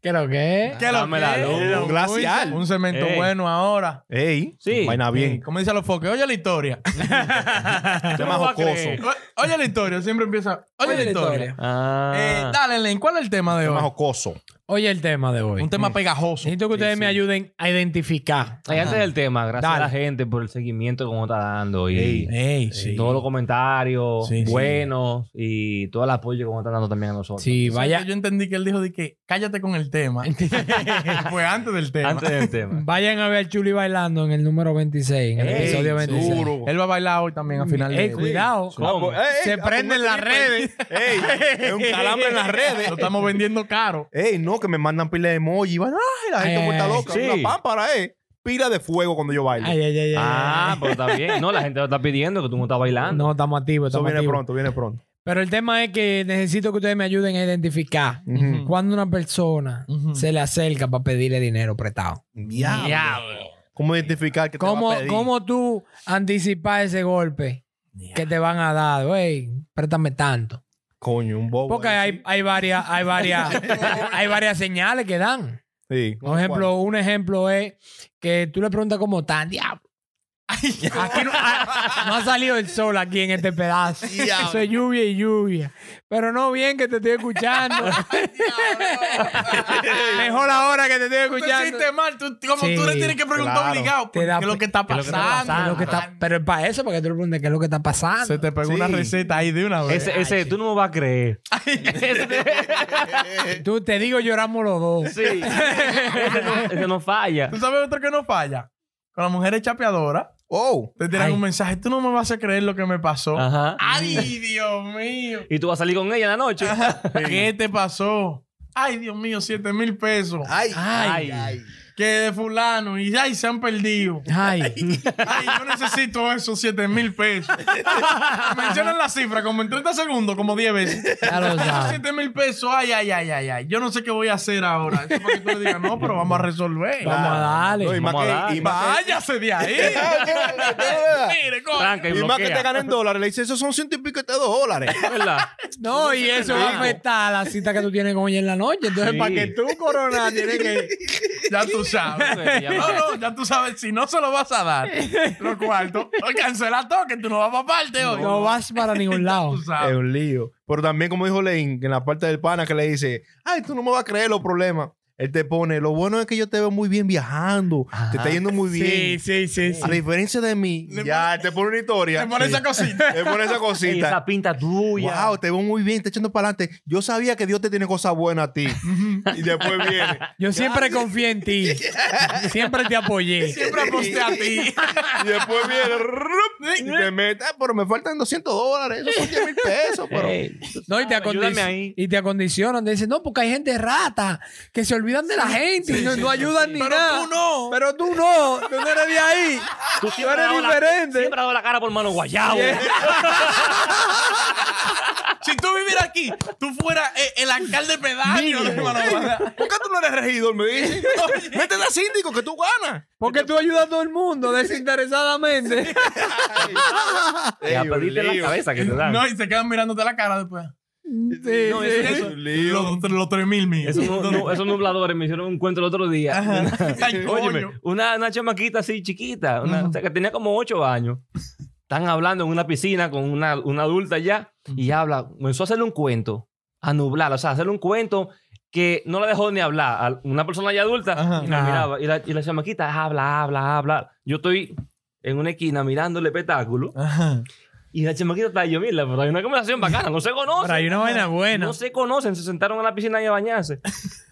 ¿Qué lo que es? ¿Qué lo Dame la que? luz. Lo Un muy- glacial. Un cemento Ey. bueno ahora. Ey, Sí. vaina Ey, bien. Como dicen los foques, oye la historia. Se ¿Cómo llama va a jocoso. creer? Oye la historia, siempre empieza. Oye, la historia. Eh, Ah. dale, Len, ¿cuál es el tema de Se llama hoy? jocoso. Oye, el tema de hoy. Un tema pegajoso. Necesito que ustedes me ayuden a identificar. Ay, antes del tema, gracias Dale. a la gente por el seguimiento que nos está dando y Ey. Ey, y todos los comentarios Sí, sí. buenos y todo el apoyo que nos están dando también a nosotros. Sí, Vaya. vaya, Yo entendí que él dijo de que cállate con el tema. Fue antes del tema. Antes del tema. vayan a ver al Chuli bailando en el número 26, en el Ey, episodio 26. Duro. Él va a bailar hoy también a final Ey, de cuidado. pues, ¿Cómo? ah, Se prenden las redes. Ey, es un calambre en las redes. Lo estamos vendiendo caro. Ey, no, que me mandan pila de emoji. Van, ay, la gente Ay, está ay, loca. sí. Una pámpara, eh. Pila de fuego cuando yo bailo. Ay, ay, ay, ay. Ah, pero está bien. No, la gente lo está pidiendo que tú no estás bailando. No, estamos activos, Eso estamos viene activos. pronto, viene pronto. Pero el tema es que necesito que ustedes me ayuden a identificar Ujú. cuando una persona Mm. Ujú. se le acerca para pedirle dinero prestado. Diablo. ¿Cómo identificar que te ¿Cómo, va a pedir? cómo tú anticipas ese golpe que te van a dar? Güey, préstame tanto. Coño, un bobo. eh, Porque ahí. hay, hay varias, hay varias, hay varias señales que dan. Sí. Por ejemplo, un ejemplo es que tú le preguntas cómo están, diablo. Aquí no, ah, no ha salido el sol aquí en este pedazo. Eso es lluvia y lluvia. Pero no bien que te estoy escuchando. Mejor ahora que te estoy Tú te escuchando. sientes mal. Tú, como Sí, tú le tienes que preguntar claro. obligado. Te ¿Qué da- es lo que está ¿qué es lo que está pasando? pasando? Lo que está- pero es para eso, para que tú le preguntes qué es lo que está pasando. Se te pegó una Sí. receta ahí de una vez. Ese, ese, tú no me vas a creer. Ese Tú te digo, lloramos los dos. sí. Ese no, ese no falla. ¿Tú sabes otro que no falla? Con las mujeres chapeadoras, Oh. te tiran Ay. Ah. un mensaje. Tú no me vas a creer lo que me pasó. Ajá. Ay, Dios mío. Y tú vas a salir con ella en la noche. ¿Qué te pasó? Ay, Dios mío, 7 mil pesos. Ay. Ah, Ay. Que de fulano. Y ay, se han perdido. Ay, Ay, yo necesito esos 7 mil pesos. Mencionan la cifra como en 30 segundos, como 10 veces. ya lo Esos sabes. 7 mil pesos, ay, ay, ay, ay, ay. Yo no sé qué voy a hacer ahora. Eso para que tú le digas, no, pero vamos a resolver. Vamos a darle. No, y más Vamos que- a darle. y más Ah, Váyase de ahí. que- Mire, coño. Tranca y, Y más que bloquea. te ganen dólares. Le dice, esos son ciento y pico de dólares. ¿Verdad? No, y eso va a afectar a la cita que tú tienes con ella en la noche. Entonces, Sí. para que tú, corona, tienes que. Ya tú sabes. Ya No, no, ya tú sabes. Si no se lo vas a dar, lo cuarto, o cancela todo, que tú no vas para parte hoy. No vas para ningún lado. Tú sabes. Es un lío. Pero también, como dijo Lein, en la parte del pana que le dice, ay, tú no me vas a creer los problemas. Él te pone, lo bueno es que yo te veo muy bien viajando. Te está yendo muy bien. sí, sí. sí. A diferencia de mí, ya te pone una historia. Te pone Sí. esa cosita. Te pone esa Ey, cosita. esa pinta tuya. Wow, te veo muy bien, te echando para adelante. Yo sabía que Dios te tiene cosas buenas a ti. y después viene. Yo siempre confié en ti. Siempre te apoyé. Siempre aposté a ti. Y después viene. rup, y te mete. "Ah, pero me faltan 200 dólares. Esos son 10 mil pesos. Pero. Ey, tú No, y te, sabes, acondici- ayúdame ahí. y te acondicionan. Te dicen, no, porque hay gente rata que se olvidan de la gente y no, no ayudan ni Pero nada. tú no. Pero tú no. Tú no eres de ahí. Tú siempre eres has dado la- diferente. siempre has dado la cara por mano guayabo. Si tú vivieras aquí, tú fueras eh, el alcalde pedáneo de Guanajuato. ¿Por qué tú no eres regidor? Me dice. Métete a síndico que tú ganas. Porque tú ayudas a todo el mundo desinteresadamente. Ya Ey, un perdiste la lío. cabeza que te dan. No, y se quedan mirándote la cara después. Sí, No, eso- sí. Es eso- un lío. Los, los 3 mil míos. Esos, nu- nu- esos nubladores me hicieron un encuentro el otro día. Ay, Óyeme, coño. una, una chamaquita así chiquita, una, o sea, que tenía como ocho años. Están hablando en una piscina con una, una adulta ya y habla, comenzó a hacerle un cuento, a nublar, o sea, a hacerle un cuento que no la dejó ni hablar. A una persona ya adulta Ajá. y la Ajá. miraba. Y la, y la chamaquita habla, habla, habla. Yo estoy en una esquina mirando el espectáculo Ajá. y la chamaquita está yo, mira, pero hay una conversación bacana, no se Pero conocen. hay una vaina buena. No se conocen, se sentaron a la piscina y a bañarse.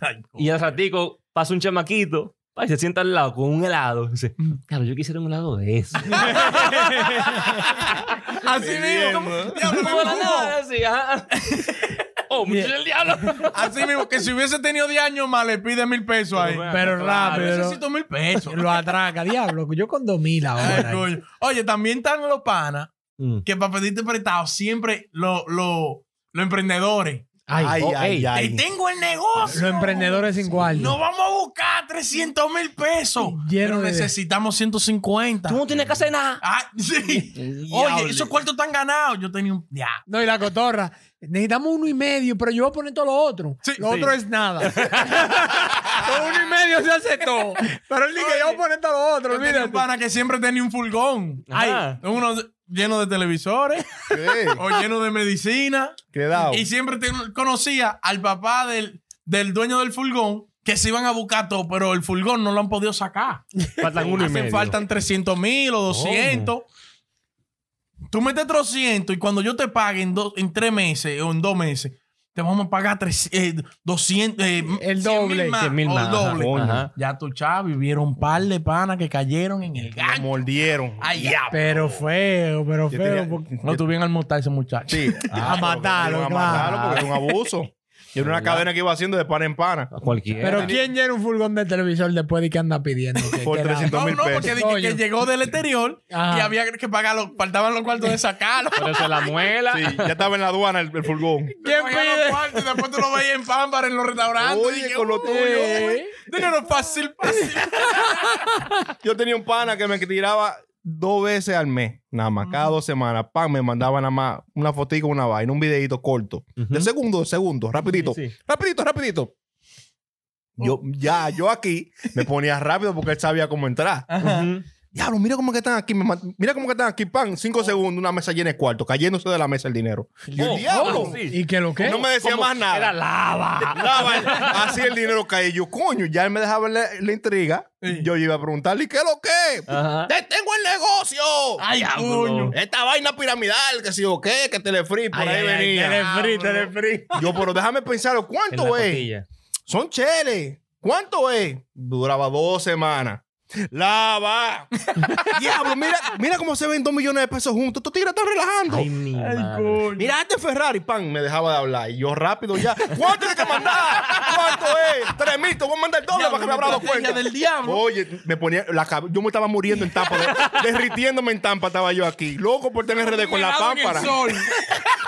Ay, Y al ratico pasa un chamaquito pa, y se sienta al lado con un helado. Dice, claro, yo quisiera un helado de eso. Así mismo. ¿no? Diablo, me Como de la empujó. nada, así, ajá. Oh, muchacho del diablo. Así mismo, que si hubiese tenido 10 años más, le pide mil pesos ahí. Pero rápido. Yo pero- necesito mil pesos. Lo atraca, diablo. Yo con 2000 Ay, ahora. coño. Oye, también están los panas Mm. que para pedirte prestado siempre lo- lo- los emprendedores. Ay, Ay, oh, ay, ey. ay. Y tengo el negocio. los emprendedores sin cuarto. Nos vamos a buscar 300 mil pesos. Lleno pero de- necesitamos 150. Tú no tienes que hacer nada. Ah, sí. Oye, esos cuartos están ganados. Yo tenía un. Ya. No, y la cotorra. Necesitamos uno y medio, pero yo voy a poner todo lo otro. Sí, lo sí. otro es nada. Con uno y medio se hace todo. Pero él dice que yo voy a poner todo lo otro, Yo tenía un olvídate. pana que siempre tenía un furgón. Ajá. Ay, uno lleno de televisores ¿Qué? o lleno de medicina. Quedado. Y siempre te- conocía al papá del, del dueño del furgón que se iban a buscar todo, pero el furgón no lo han podido sacar. Faltan uno y Hacen medio. faltan 300 mil o 200. Tú metes 300 y cuando yo te pague en, dos- en tres meses o en dos meses, te vamos a pagar tres- eh, 200, eh, El 100.000 doble, más, 100.000 o más, el ajá, doble. coño. Ajá. Ya tu chavo vivieron un par de panas que cayeron en el Lo gancho. mordieron. Ay, ya. Pero feo, pero Yo feo. tenía- porque- No tuvieron al montar ese muchacho. Sí. Ah, A matarlo, A claro. matarlo porque era un abuso. Y era una cadena que iba haciendo de pana en pana. Cualquiera. Pero ¿quién llena un furgón de televisor después de que anda pidiendo? Que- Por que la- 300 No, mil no, porque pesos. dije que Coño. llegó del exterior y Ajá. había que pagarlo. Faltaban los cuartos de sacarlo. Por eso es la muela. Sí, ya estaba en la aduana el, el furgón. ¿Quién Te cogían los pide? cuartos y después tú lo veías en pámpara en los restaurantes. Oye, Dije, con lo "Uy, tuyo. Eh, Dinero fácil, fácil. Yo tenía un pana que me tiraba dos veces al mes, nada más, cada dos semanas. Pan, me mandaba nada más una fotico, una vaina, un videito corto. De segundo, de segundo, rapidito. Sí, Oh. sí. Rapidito, rapidito. Yo, ya, yo aquí me ponía rápido porque él sabía cómo entrar. Ujú. Diablo, mira cómo que están aquí. me man- Mira cómo que están aquí, pan. Cinco segundos, una mesa llena de cuarto, cayéndose de la mesa el dinero. Yo, Oh, diablo. ah, sí. ¿Y que lo que? No me decía más nada. Era lava. Lava, así el dinero cae. Yo, coño, ya él me dejaba la, la intriga. Yo iba a preguntarle, ¿qué es lo que? Ajá. ¡Te tengo el negocio! Ay, coño. Esta vaina piramidal, que si o qué, que Telefree, por ahí venía. Telefree, telefree. Yo, pero déjame pensarlo, En la ¿cuánto es? costilla. Son cheles. ¿Cuánto es? Duraba dos semanas. ¡Lava! Diablo, mira, mira cómo se ven dos millones de pesos juntos. Estos tigres están relajando. Ay, mi madre. Mira, este Ferrari, pan, me dejaba de hablar. Y yo rápido ya. ¿Cuánto hay que mandar? ¿Cuánto es? Tres mil, te voy a mandar el doble para que me abra dos cuentas. del diablo. Oye, me ponía la cab- yo me estaba muriendo en tampa, de- derritiéndome en tampa estaba yo aquí. Loco por tener RD con la Helado en el pámpara. sol.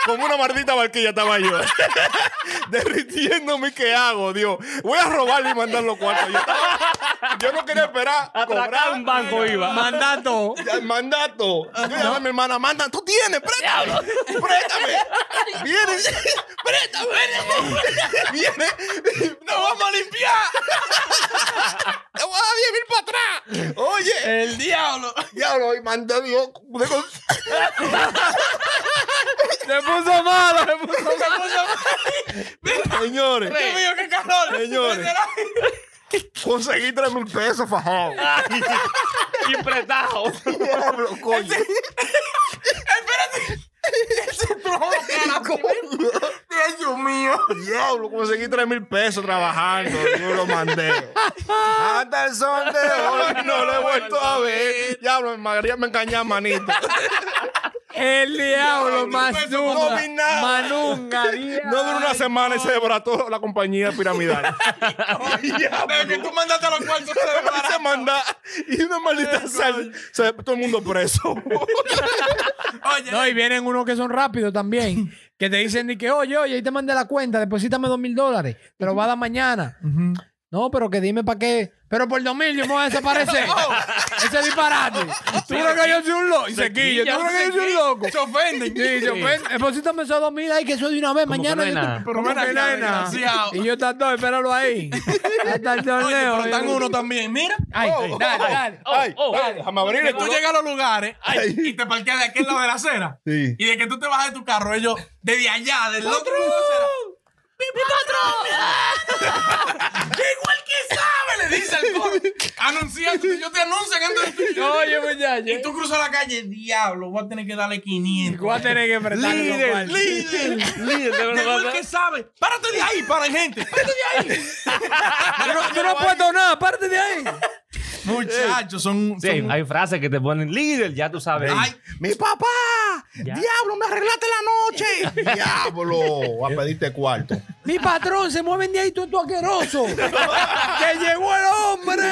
Como una maldita barquilla estaba yo. Derritiéndome, ¿qué hago, Dios? Voy a robarle y mandar los cuartos. Yo, estaba- yo no quería esperar. Atracar un banco iba. Mandato. Ya, El mandato. Yo llamé a mi hermana, manda, tú tienes, préstame. Préstame. Viene, préstame. Viene. No vamos a limpiar. Te voy a venir para atrás. Oye, El diablo. diablo, y mandé Dios. de con- Se puso malo, se puso malo. Señores, Dios mío, qué calor. Señores. conseguí tres mil pesos, fajado. Y prestado. Diablo, coño. Dios mío. Diablo, conseguí tres mil pesos trabajando. Yo lo mandé. Hasta el sol de hoy no lo he vuelto a ver. Diablo, María me engañaba, manito. El Diablo, diablo, más no vi nada. Manunga, No duró una semana y se desbarató la compañía piramidal. Pero que tú mandaste a los cuartos. se Y se desbarata. manda y una maldita sal, se- todo el mundo preso. Oye, No, y vienen unos que son rápidos también. Que te dicen de que, oye, oye, ahí te mandé la cuenta, deposítame dos mil dólares. Te lo va a dar mañana. No, pero que dime para qué. Pero por dos mil yo me voy a desaparecer. Ese disparate. Tú crees que yo soy un loco. Y se quilla. Tú crees que yo soy un loco. se ofenden. Sí, yo, ven, deposítame esos dos mil ahí que soy de una vez. Como que Mañana. no hay yo te- nada. Pero Como ven que acá, no hay nada. desgraciado. Y yo está todo, espéralo ahí. Hasta el torneo. Oye, pero están yo- uno también. Mira. Ay, dale, dale. Ay, oh, ay, déjame abrir Que esto. tú llegas a los lugares y te parqueas de aquel lado de la acera. Sí. Y de que tú te bajas de tu carro, ellos desde allá, del otro lado de la acera. ¡Mi patrón! ¡Que igual que sabe! Le dice al coro. Anunciándote, yo te anuncian antes de tu Oye, muchacho. Y tú cruzas la calle, diablo, voy a tener que darle 500. Voy a tener que enfrentarlo. Líder, líder. Líder, de De verdad. igual que sabe. Párate de ahí, para gente. Párate de ahí. Tú no, tú no has puesto nada, párate de ahí. Muchachos, son. Sí, son- hay frases que te ponen líder, ya tú sabes. Ay, ¡Mi papá! Ya. ¡Diablo, me arreglaste la noche! ¡Diablo! A pedirte cuarto. Mi patrón, se mueven de ahí tú, tú asqueroso. ¡Que llegó el hombre!